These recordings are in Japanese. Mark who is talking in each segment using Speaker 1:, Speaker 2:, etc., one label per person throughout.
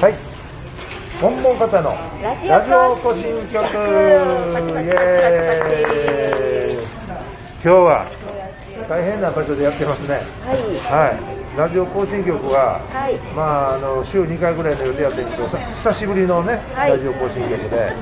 Speaker 1: はい本門方の
Speaker 2: ラジ
Speaker 1: ラジオ
Speaker 2: オ
Speaker 1: 個
Speaker 2: 更
Speaker 1: 新
Speaker 2: 新
Speaker 1: 曲
Speaker 2: 曲
Speaker 1: イエーイ今日は大変な場所でやってますね
Speaker 2: はい
Speaker 1: はいラジオ更新曲は
Speaker 2: はい
Speaker 1: まああの週2回ぐらいの予定やってるんですけどさ久しぶりのね、
Speaker 2: はい
Speaker 1: ラジオ更新曲で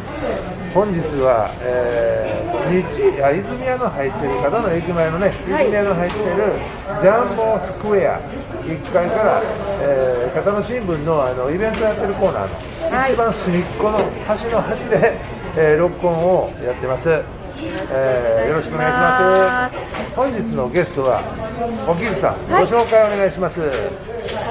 Speaker 1: 本日は、えー、日あ泉屋の入ってる方の駅前のね
Speaker 2: はい
Speaker 1: 泉屋の入ってるジャンボスクエア1階から、えー、片野新聞のあのイベントやってるコーナーの、
Speaker 2: はい
Speaker 1: 一番隅っこの端の端で、えー、録音をやってます、えーよろしくお願いします本日のゲストはおきるさん、
Speaker 2: はい
Speaker 1: ご紹介お願いします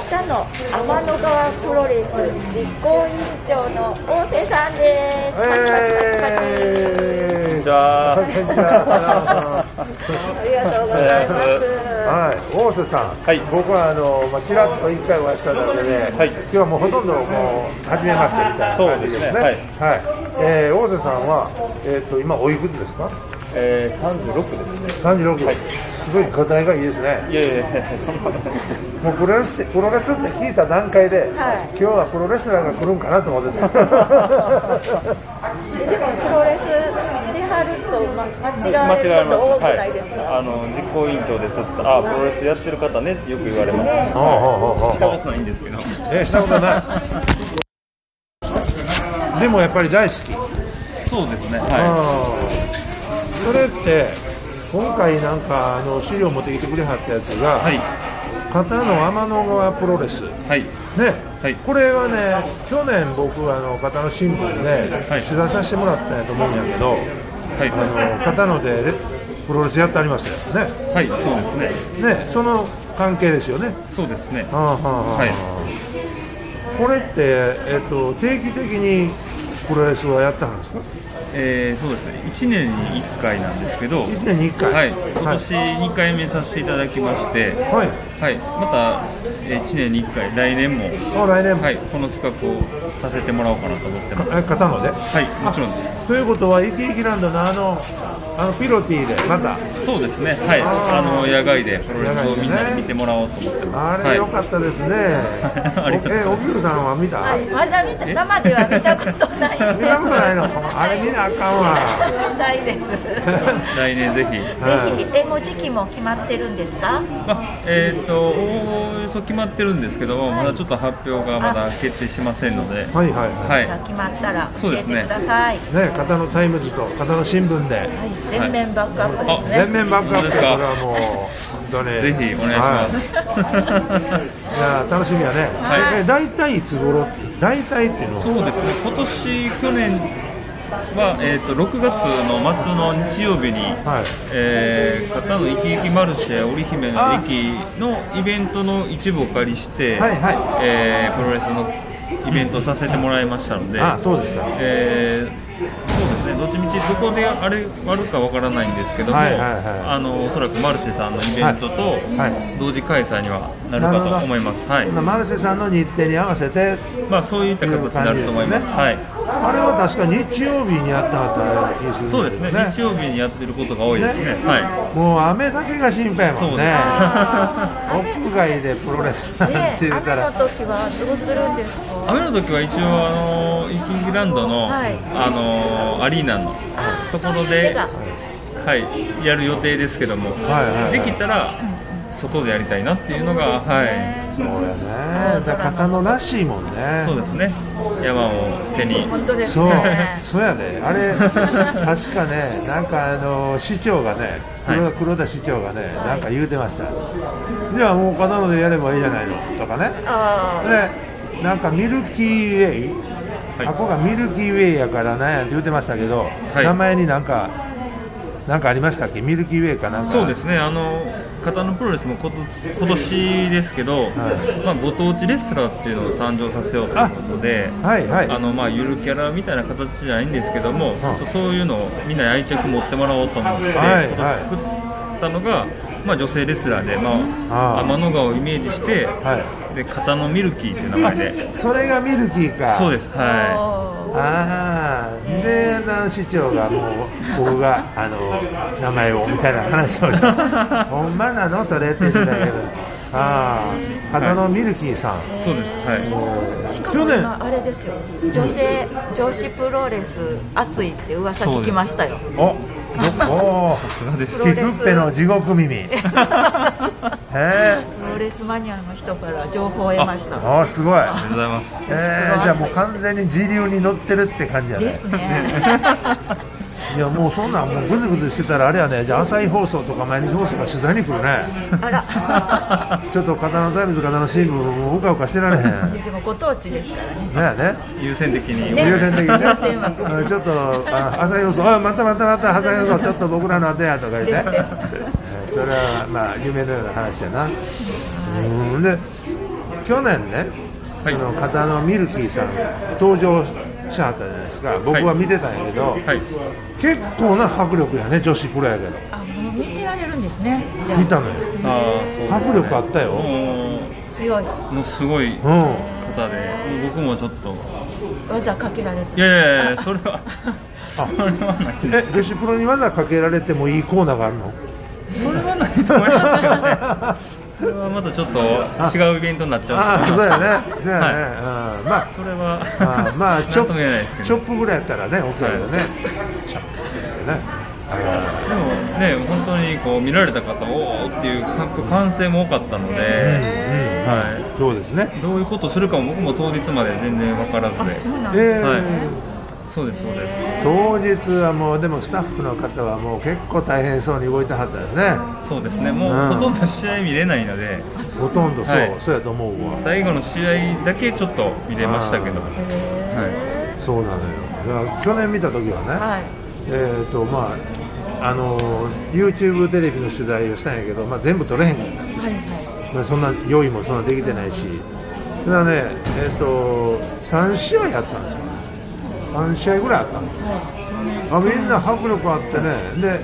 Speaker 2: 片野天の川プロレス実行委員長の大瀬さんですパチパチパチパチ、
Speaker 1: えー
Speaker 3: じゃあ、
Speaker 1: こんにちは
Speaker 2: ありがとうございます、
Speaker 1: はい、大瀬さん、
Speaker 3: はい
Speaker 1: 僕はあの、まあ、ちらっと一回お会いしただけで、
Speaker 3: はい
Speaker 1: 今日はもうほとんどもう初めましてみたいな感じですね。
Speaker 3: そうですねはい
Speaker 1: はいえー大瀬さんは、えっと今おいくつですか？
Speaker 3: えー、36ですね。
Speaker 1: 三十六。
Speaker 3: はい
Speaker 1: すごい課題がいいですね。
Speaker 3: いやいやいや、そんなことない
Speaker 1: もうプロレスってプロレスって聞いた段階で、
Speaker 2: はい
Speaker 1: 今日はプロレスラーが来るんかなと思ってた。
Speaker 2: えでもプロレス知りはると、ま、間違われ
Speaker 3: 間違
Speaker 2: る
Speaker 3: え
Speaker 2: こ
Speaker 3: ま
Speaker 2: と多
Speaker 3: す。
Speaker 2: くないですか、
Speaker 3: あの実行委員長ですって言ったらあー、プロレスやってる方ねってよく言われます。
Speaker 2: ね
Speaker 1: おうおうおうおう
Speaker 3: したことないんですけど。
Speaker 1: えーしたことない。でもやっぱり大好き。
Speaker 3: そうですね。は
Speaker 1: うんそれって今回なんかあの資料持ってきてくれはったやつが、
Speaker 3: い。はい。
Speaker 1: 片野天の川プロレスね、
Speaker 3: はい。はい
Speaker 1: これはね去年僕あの片野新聞で、
Speaker 3: はい
Speaker 1: 取材させてもらったんやと思うんやけど、
Speaker 3: はい。
Speaker 1: あの片野でレプロレスやってありましたよ
Speaker 3: はい。そうですね。
Speaker 1: ねねその関係ですよね
Speaker 3: そうですね。
Speaker 1: はいこれって、えっと、定期的にプロレスはやったんですか
Speaker 3: えー、そうですね。1年に1回なんですけど。
Speaker 1: 1年に1回
Speaker 3: はい。今年2回目させていただきまして。
Speaker 1: はい、はい
Speaker 3: はい。また、えー、1年に1回、来年も。
Speaker 1: もう来年も、
Speaker 3: はい。この企画をさせてもらおうかなと思ってます。
Speaker 1: え片野で
Speaker 3: はい。もちろんです。
Speaker 1: ということは、イキイキランドのあの、あのピロティで、また、
Speaker 3: そうですね、はい、
Speaker 1: あー
Speaker 3: あの野外でプロレスをみんなに見てもらおうと思ってま
Speaker 1: あ
Speaker 3: す。
Speaker 1: れ、良
Speaker 3: は
Speaker 1: かったですね。 え、
Speaker 3: ありがとうございます
Speaker 1: おきるさんは見た
Speaker 2: はい、まだ見た生では見たことないです
Speaker 1: 見たことないのあれ見なあかんわ。
Speaker 2: 見たいです
Speaker 3: い、来年ぜひ、
Speaker 1: はい
Speaker 2: ぜひ、え、もう時期も決まってるんですか。
Speaker 3: まあえっ、と、おおよそ決まってるんですけども、
Speaker 2: はい
Speaker 3: まだちょっと発表がまだ決定しませんので、
Speaker 1: はいはいは
Speaker 3: はい
Speaker 2: じゃあ、決まったら教
Speaker 3: そう
Speaker 2: えて
Speaker 3: です
Speaker 2: く
Speaker 3: ね
Speaker 2: ださい。
Speaker 1: い。ね、片野タイムズと片野新聞で、
Speaker 2: はい、全面バックアップですね。
Speaker 1: 全面バックアップで、
Speaker 3: 本当です
Speaker 1: これ
Speaker 3: か
Speaker 1: はもう、本当に。
Speaker 3: ぜひお願いします。
Speaker 1: はい。いや、楽しみやね。
Speaker 2: はい
Speaker 1: え、大体いつ頃、大体っていうのは。
Speaker 3: そうですね、今年、去年は、えっと6月の末の日曜日に、
Speaker 1: はい。
Speaker 3: えー、片野いきいきマルシェ織姫の駅のイベントの一部をお借りして、
Speaker 1: はいは
Speaker 3: えープロレスのイベントをさせてもらいましたので、
Speaker 1: あ、そうですか。
Speaker 3: えーそうですねどっちみちどこであれあるかわからないんですけども、
Speaker 1: はいはいはい
Speaker 3: あのおそらくマルシェさんのイベント
Speaker 1: はいはい
Speaker 3: と同時開催にはなる
Speaker 1: なる
Speaker 3: か
Speaker 1: ほど
Speaker 3: と思います、はい
Speaker 1: マルセさんの日程に合わせて。
Speaker 3: まあ、そういった形になると思います
Speaker 1: いう感じですね
Speaker 3: は
Speaker 1: あ
Speaker 3: い、
Speaker 1: れは確か日曜日にやったはった気がするん
Speaker 3: そうですね日曜日にやってることが多いですねはい
Speaker 1: もう雨だけが心配やもんね
Speaker 3: そ
Speaker 1: 屋外でプロレスなん
Speaker 2: ね、
Speaker 1: て言
Speaker 2: 雨の
Speaker 1: ったら、
Speaker 2: 時はどうするんですか。
Speaker 3: 雨の時は一応あのイキングランドの、
Speaker 2: はい
Speaker 3: あのアリーナの
Speaker 2: あー
Speaker 3: ところ
Speaker 2: そういう手
Speaker 3: で
Speaker 2: が
Speaker 3: はいやる予定ですけども、
Speaker 1: はいはいはい
Speaker 3: できたら外でやりたいなっていうのがはい
Speaker 1: そうやねだから片野らしいもんね
Speaker 3: そうですね。山を背に。
Speaker 2: 本当です
Speaker 1: そう
Speaker 2: ね。
Speaker 1: そうやねあ れ確かねなんかあの市長がね黒
Speaker 3: は
Speaker 1: 田黒田市長がね、なんか言うてましたじゃあもう片野でやればいいじゃないのとかね
Speaker 2: あ
Speaker 1: でなんかミルキーウェイ、
Speaker 3: はい
Speaker 1: 箱がミルキーウェイやからなんやって言ってましたけど、
Speaker 3: はい
Speaker 1: 名前になんかなんかありましたっけミルキーウェイかなんか
Speaker 3: そうですね。あの片野プロレスも今年今年ですけど、
Speaker 1: は
Speaker 3: まあご当地レスラーっていうのを誕生させようということで。
Speaker 1: はいはい
Speaker 3: あのまあゆるキャラみたいな形じゃないんですけども、
Speaker 1: ん
Speaker 3: ちょっとそういうのをみんなに愛着持ってもらおうと思って、
Speaker 1: はい
Speaker 3: 今年作っったのが、まあ、女性レスラーで、まあ、
Speaker 1: あー
Speaker 3: 天の川をイメージして、
Speaker 1: は
Speaker 3: で片野ミルキーっていう名前で、
Speaker 1: それがミルキーか
Speaker 3: そうです、は
Speaker 1: ああで南市長がもう僕があの名前をみたいな話をしたほんまなのそれって言ってたけどああ片野ミルキーさん、
Speaker 3: い、そうです、は
Speaker 2: しかも
Speaker 1: 去年
Speaker 2: 今あれですよ女性女子プロレス熱いって噂聞きまし たよ
Speaker 1: おおお
Speaker 3: い、そうです
Speaker 1: キクッペの地獄耳へえ
Speaker 2: プロレスマニアの人から情報を得ました
Speaker 1: ああすごい
Speaker 3: ありがとうございます。
Speaker 1: えー、じゃあもう完全に時流に乗ってるって感じじゃない
Speaker 2: ですね
Speaker 1: いやもうそんなんもうぐずぐずしてたらあれやねじゃあ朝日放送とか毎日放送が取材に来るね
Speaker 2: あら
Speaker 1: ちょっと刀のタイムズ刀の新聞もうかうかしてられへんね
Speaker 2: でもご当地ですからね
Speaker 1: えね
Speaker 3: 優先的に、
Speaker 2: ね
Speaker 1: 優先的に
Speaker 2: 優先枠
Speaker 1: ねうんちょっとあ朝日放送あまたまたまた朝 日放送ちょっと僕らの後やとか言って
Speaker 2: ですで す
Speaker 1: うんそれはまあ夢のような話やなうんで去年ね、
Speaker 3: はい
Speaker 1: その刀のミルキーさん登場しはったじゃないですか僕は見てたんやけど、
Speaker 3: はい、
Speaker 1: 結構な迫力やね女子プロやけど
Speaker 2: あもう見てられるんですねじゃ
Speaker 1: 見た
Speaker 2: あ
Speaker 1: のよ
Speaker 3: あーそうですね
Speaker 1: 迫力あったよ
Speaker 3: も
Speaker 2: 強いう
Speaker 3: もうすごい
Speaker 1: うん
Speaker 3: 方で、もう僕もちょっと、
Speaker 2: 技かけられ
Speaker 3: い
Speaker 2: て
Speaker 3: やいやいや、それは、
Speaker 1: あ
Speaker 3: それはない
Speaker 1: え女子プロに技かけられてもいいコーナーがあるの
Speaker 3: それはないと思いますけどね。それはまたちょっと違うイベントになっちゃ
Speaker 1: あ
Speaker 3: う
Speaker 1: あ
Speaker 3: ん
Speaker 1: そ
Speaker 3: で
Speaker 1: うやねそうやね、うんまあ
Speaker 3: それは
Speaker 1: あーまあチョ
Speaker 3: なんとも言えないですけ
Speaker 1: チョ
Speaker 3: ど
Speaker 1: ップぐらいやったらね OK だよね、チョップってねあ
Speaker 3: でもね本当にこう見られた方おーっていうか歓声も多かったので、は
Speaker 1: ーそうですね
Speaker 3: い、どういうことするかも僕も当日まで全然分からずで
Speaker 2: そうなん
Speaker 1: え
Speaker 2: で
Speaker 1: ー
Speaker 2: す
Speaker 3: はいそうですそうです
Speaker 1: 当日はもうでもスタッフの方はもう結構大変そうに動いてはったよね
Speaker 3: そうですねもう
Speaker 1: うん
Speaker 3: ほとんど試合見れないので
Speaker 1: ほとんどそう、
Speaker 3: はい
Speaker 1: そうやと思うわ
Speaker 3: 最後の試合だけちょっと見れましたけど、
Speaker 1: あ
Speaker 3: は
Speaker 1: そうなのよだから去年見た時はね、
Speaker 2: はい
Speaker 1: えーとまああの YouTube テレビの取材をしたんやけど、まあ、全部撮れへん
Speaker 2: はいは
Speaker 1: まあそんな用意もそんなできてないし、ただね、えっと3試合やったんですよ、3試合ぐらいあったんですよ、あみんな迫力あってね、で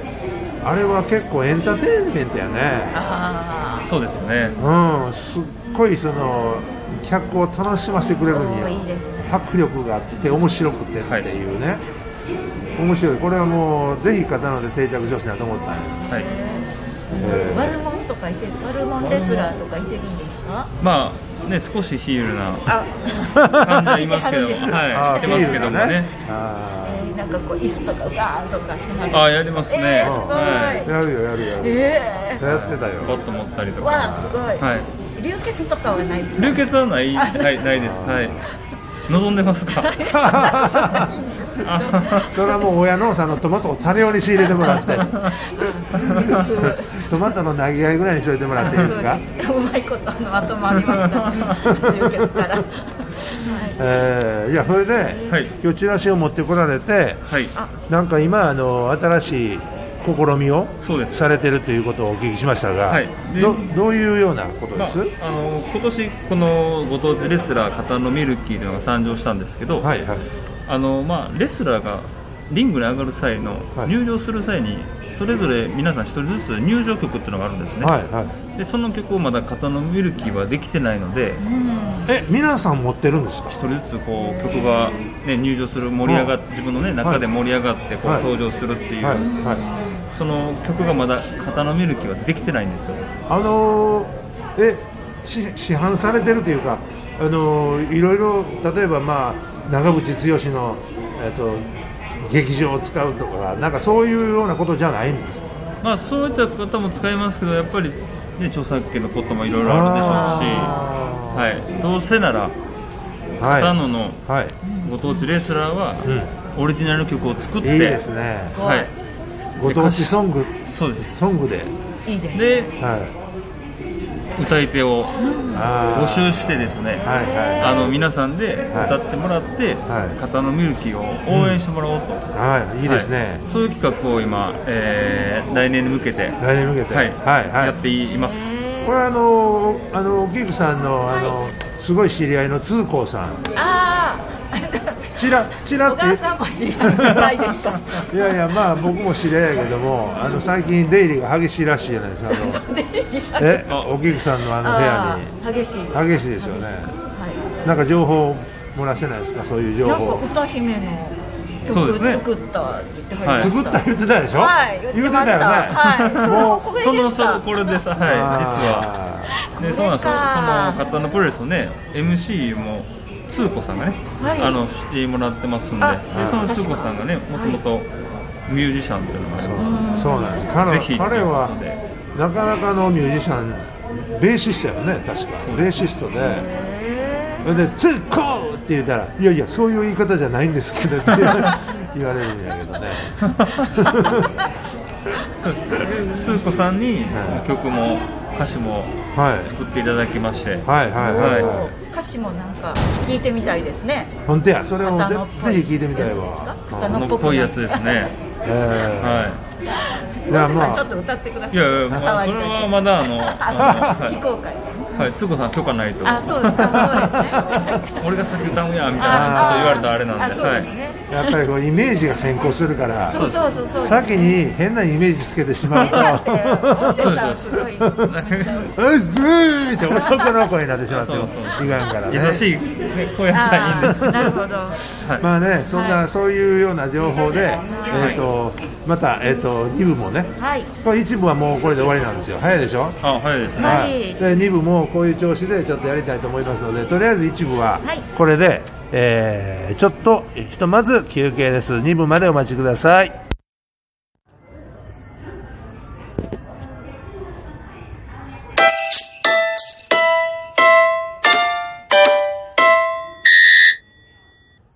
Speaker 1: あれは結構エンターテインメントやね、
Speaker 2: あ
Speaker 3: い、そうですね
Speaker 1: うん、すっごいその客を楽しませてくれるに
Speaker 2: お
Speaker 1: は
Speaker 2: ーいいですね
Speaker 1: 迫力があって、面白くてっていうね、面白い、これはもうぜひ刀で定着してほしいなと思ったんや。
Speaker 3: はい
Speaker 2: あ悪者とかいてる悪者レスラーとかいてるんですか
Speaker 3: まあね少しヒールな
Speaker 2: あ
Speaker 3: 感じはいます けど
Speaker 2: いてはるんです
Speaker 3: はいいてますけども
Speaker 1: ビールだ
Speaker 3: ね
Speaker 1: あー
Speaker 2: なんかこう椅子とかガーンとかしながら
Speaker 3: あやりますね
Speaker 2: えー、すごい、
Speaker 3: は
Speaker 1: やるよやるよ
Speaker 2: え
Speaker 1: やってたよ
Speaker 3: バット持ったりと
Speaker 2: ー、
Speaker 3: か
Speaker 2: わあすごい、
Speaker 3: はい
Speaker 2: 流血とかはない
Speaker 3: 流血はない、
Speaker 2: あ
Speaker 3: ない、ないです。はい。望んでますか。あ
Speaker 1: それはもう親農さんのトマトを多量に仕入れてもらって トマトの投げ合いぐらいにしといてもらっていいですか、
Speaker 2: うまいことのまとまりましたね流血からはい
Speaker 1: えーいやそれで、
Speaker 3: はい
Speaker 1: 今日チラシを持ってこられて
Speaker 3: はい。
Speaker 1: なんか今あの新しい試みを
Speaker 3: そうです
Speaker 1: されてるということをお聞きしましたが、
Speaker 3: はいで
Speaker 1: どどういうようなこと
Speaker 3: ま
Speaker 1: で
Speaker 3: あ
Speaker 1: す、、
Speaker 3: あの今年このご当地レスラー片野ミルキーというのが誕生したんですけど、
Speaker 1: はいはい
Speaker 3: あのまあレスラーがリングに上がる際の
Speaker 1: はい
Speaker 3: 入場する際にそれぞれ皆さん一人ずつ入場曲っていうのがあるんですね。
Speaker 1: はいはい
Speaker 3: でその曲をまだ片野ミルキーはできてないので、
Speaker 1: え皆さん持ってるんですか
Speaker 3: 一人ずつこう曲がね入場する盛り上がっ自分のね中で盛り上がってこう
Speaker 1: はい
Speaker 3: 登場するっていう。
Speaker 1: はいはい
Speaker 3: その曲がまだ片野ミルキーはできてないんですよ
Speaker 1: あのーえし市販されてるというか、あのーいろいろ例えば、まあ、長渕剛の、えっと劇場を使うとかなんかそういうようなことじゃないんです
Speaker 3: まあそういった方も使いますけどやっぱり、ね、著作権のこともいろいろあるでしょうし、はい、どうせなら
Speaker 1: はい
Speaker 3: 片野の
Speaker 1: はい
Speaker 3: ご当地レスラーはオリジナル曲を作って、
Speaker 1: いいですね
Speaker 3: はい、
Speaker 1: ご当地ソング
Speaker 3: そうです
Speaker 1: ソングで、
Speaker 2: いいです
Speaker 3: で
Speaker 1: はい、
Speaker 3: 歌い手を
Speaker 1: あー
Speaker 3: 募集してですね
Speaker 1: はいはい
Speaker 3: あの皆さんで歌ってもらって、
Speaker 1: はい
Speaker 3: 片野ミルキーを応援してもらおうと、
Speaker 1: はいいいですね、
Speaker 3: はいそういう企画を今、えー来年に向けて、は
Speaker 1: 来年に向けて、
Speaker 3: い
Speaker 1: はい
Speaker 3: やっています
Speaker 1: これはあのーあのギグさんのあの、すごい知り合いの通行さん
Speaker 2: ああ
Speaker 1: ちらちら
Speaker 2: 小
Speaker 1: って
Speaker 2: 川さんも知り合いじゃないですか
Speaker 1: いやいやまあ僕も知り合いやけどもあの最近出入りが激しいらしいじゃないですかあの
Speaker 2: で
Speaker 1: えお菊さんのあの部屋
Speaker 2: あ
Speaker 1: に
Speaker 2: ー激しい
Speaker 1: 激しいですよね
Speaker 2: は
Speaker 1: なんか情報漏らせないですかそういう
Speaker 2: い、
Speaker 1: 情
Speaker 2: なんか
Speaker 1: 報
Speaker 2: 歌姫の
Speaker 3: そうです
Speaker 2: 曲
Speaker 3: ね
Speaker 2: 作ったって言ってはりま
Speaker 1: 作
Speaker 2: し、
Speaker 1: ったた言ってたでしょ、
Speaker 2: はい言ってまし
Speaker 1: 言って た
Speaker 2: た
Speaker 1: よね、
Speaker 2: はい
Speaker 1: もう
Speaker 2: これです
Speaker 3: そ
Speaker 2: か
Speaker 3: のそこれですはい実は
Speaker 1: あ
Speaker 3: でそうなんですよ
Speaker 2: か
Speaker 3: その方のプロレスのね MC も通子さんがね、
Speaker 2: はい
Speaker 3: あのしてもらってますんで
Speaker 2: あ
Speaker 3: でその通子さんがねもともとミュージシャンというのがあります
Speaker 1: ーそうなんです彼
Speaker 3: ぜ
Speaker 1: は
Speaker 3: ひ
Speaker 1: 彼
Speaker 3: ということ
Speaker 1: は
Speaker 3: で
Speaker 1: なかなかのミュージシャンベーシストやよね確かベーシストでそれで「ツッコー!」って言ったら「いやいやそういう言い方じゃないんですけど」って言われるんやけどね
Speaker 3: そうです通子さんに
Speaker 1: はい
Speaker 3: 曲も歌詞も
Speaker 1: はい
Speaker 3: 作っていただきまして、
Speaker 1: はいはいはいは
Speaker 3: はい
Speaker 2: 歌詞もなんか聞いてみたいですね
Speaker 1: 本当やそれをぜ
Speaker 2: 刀っぽい
Speaker 1: ぜひ聞いてみたいわ
Speaker 2: ですか
Speaker 1: うん
Speaker 2: あ
Speaker 3: あ
Speaker 2: の
Speaker 3: のっぽいやつですね。
Speaker 1: え
Speaker 3: は
Speaker 1: えいやま
Speaker 2: ちょ
Speaker 1: あ
Speaker 2: っと歌ってください
Speaker 3: い。いやいや、まあ、
Speaker 2: 触
Speaker 3: そ
Speaker 2: り
Speaker 3: れ
Speaker 2: だけ
Speaker 3: はまだ あの、
Speaker 2: あ
Speaker 3: あ
Speaker 2: そう
Speaker 3: の
Speaker 2: 非公開
Speaker 3: はい、はい、つこさん許可ないと。
Speaker 2: あそうあそうですね
Speaker 3: 俺が先歌うんやみたい
Speaker 1: あー
Speaker 3: な、ちょっと言われたらあれなんで、
Speaker 2: あそう
Speaker 3: は
Speaker 2: で
Speaker 3: い
Speaker 2: す。ね、
Speaker 1: やっぱりこうイメージが先行するから
Speaker 2: そうそうそうそう
Speaker 1: 先に変なイメージつけてしまうと
Speaker 2: だって 大勢さんすごい
Speaker 1: 「うっすうー!」って男の声になってしまって
Speaker 3: そうそう
Speaker 1: いかんからね
Speaker 3: 優しい、ね、こうやったらいいんですけど。
Speaker 2: なるほど
Speaker 3: はい
Speaker 1: まあねそんな、そういうような情報で、
Speaker 3: い
Speaker 1: えー、とまた、えー、と2部もね
Speaker 2: はい
Speaker 1: これ1部はもうこれで終わりなんですよ早いでしょ
Speaker 3: あ、早いですね。
Speaker 2: はい
Speaker 1: で2部もこういう調子でちょっとやりたいと思いますのでとりあえず1部は
Speaker 2: はい
Speaker 1: これで、えーちょっとひとまず休憩です2部までお待ちください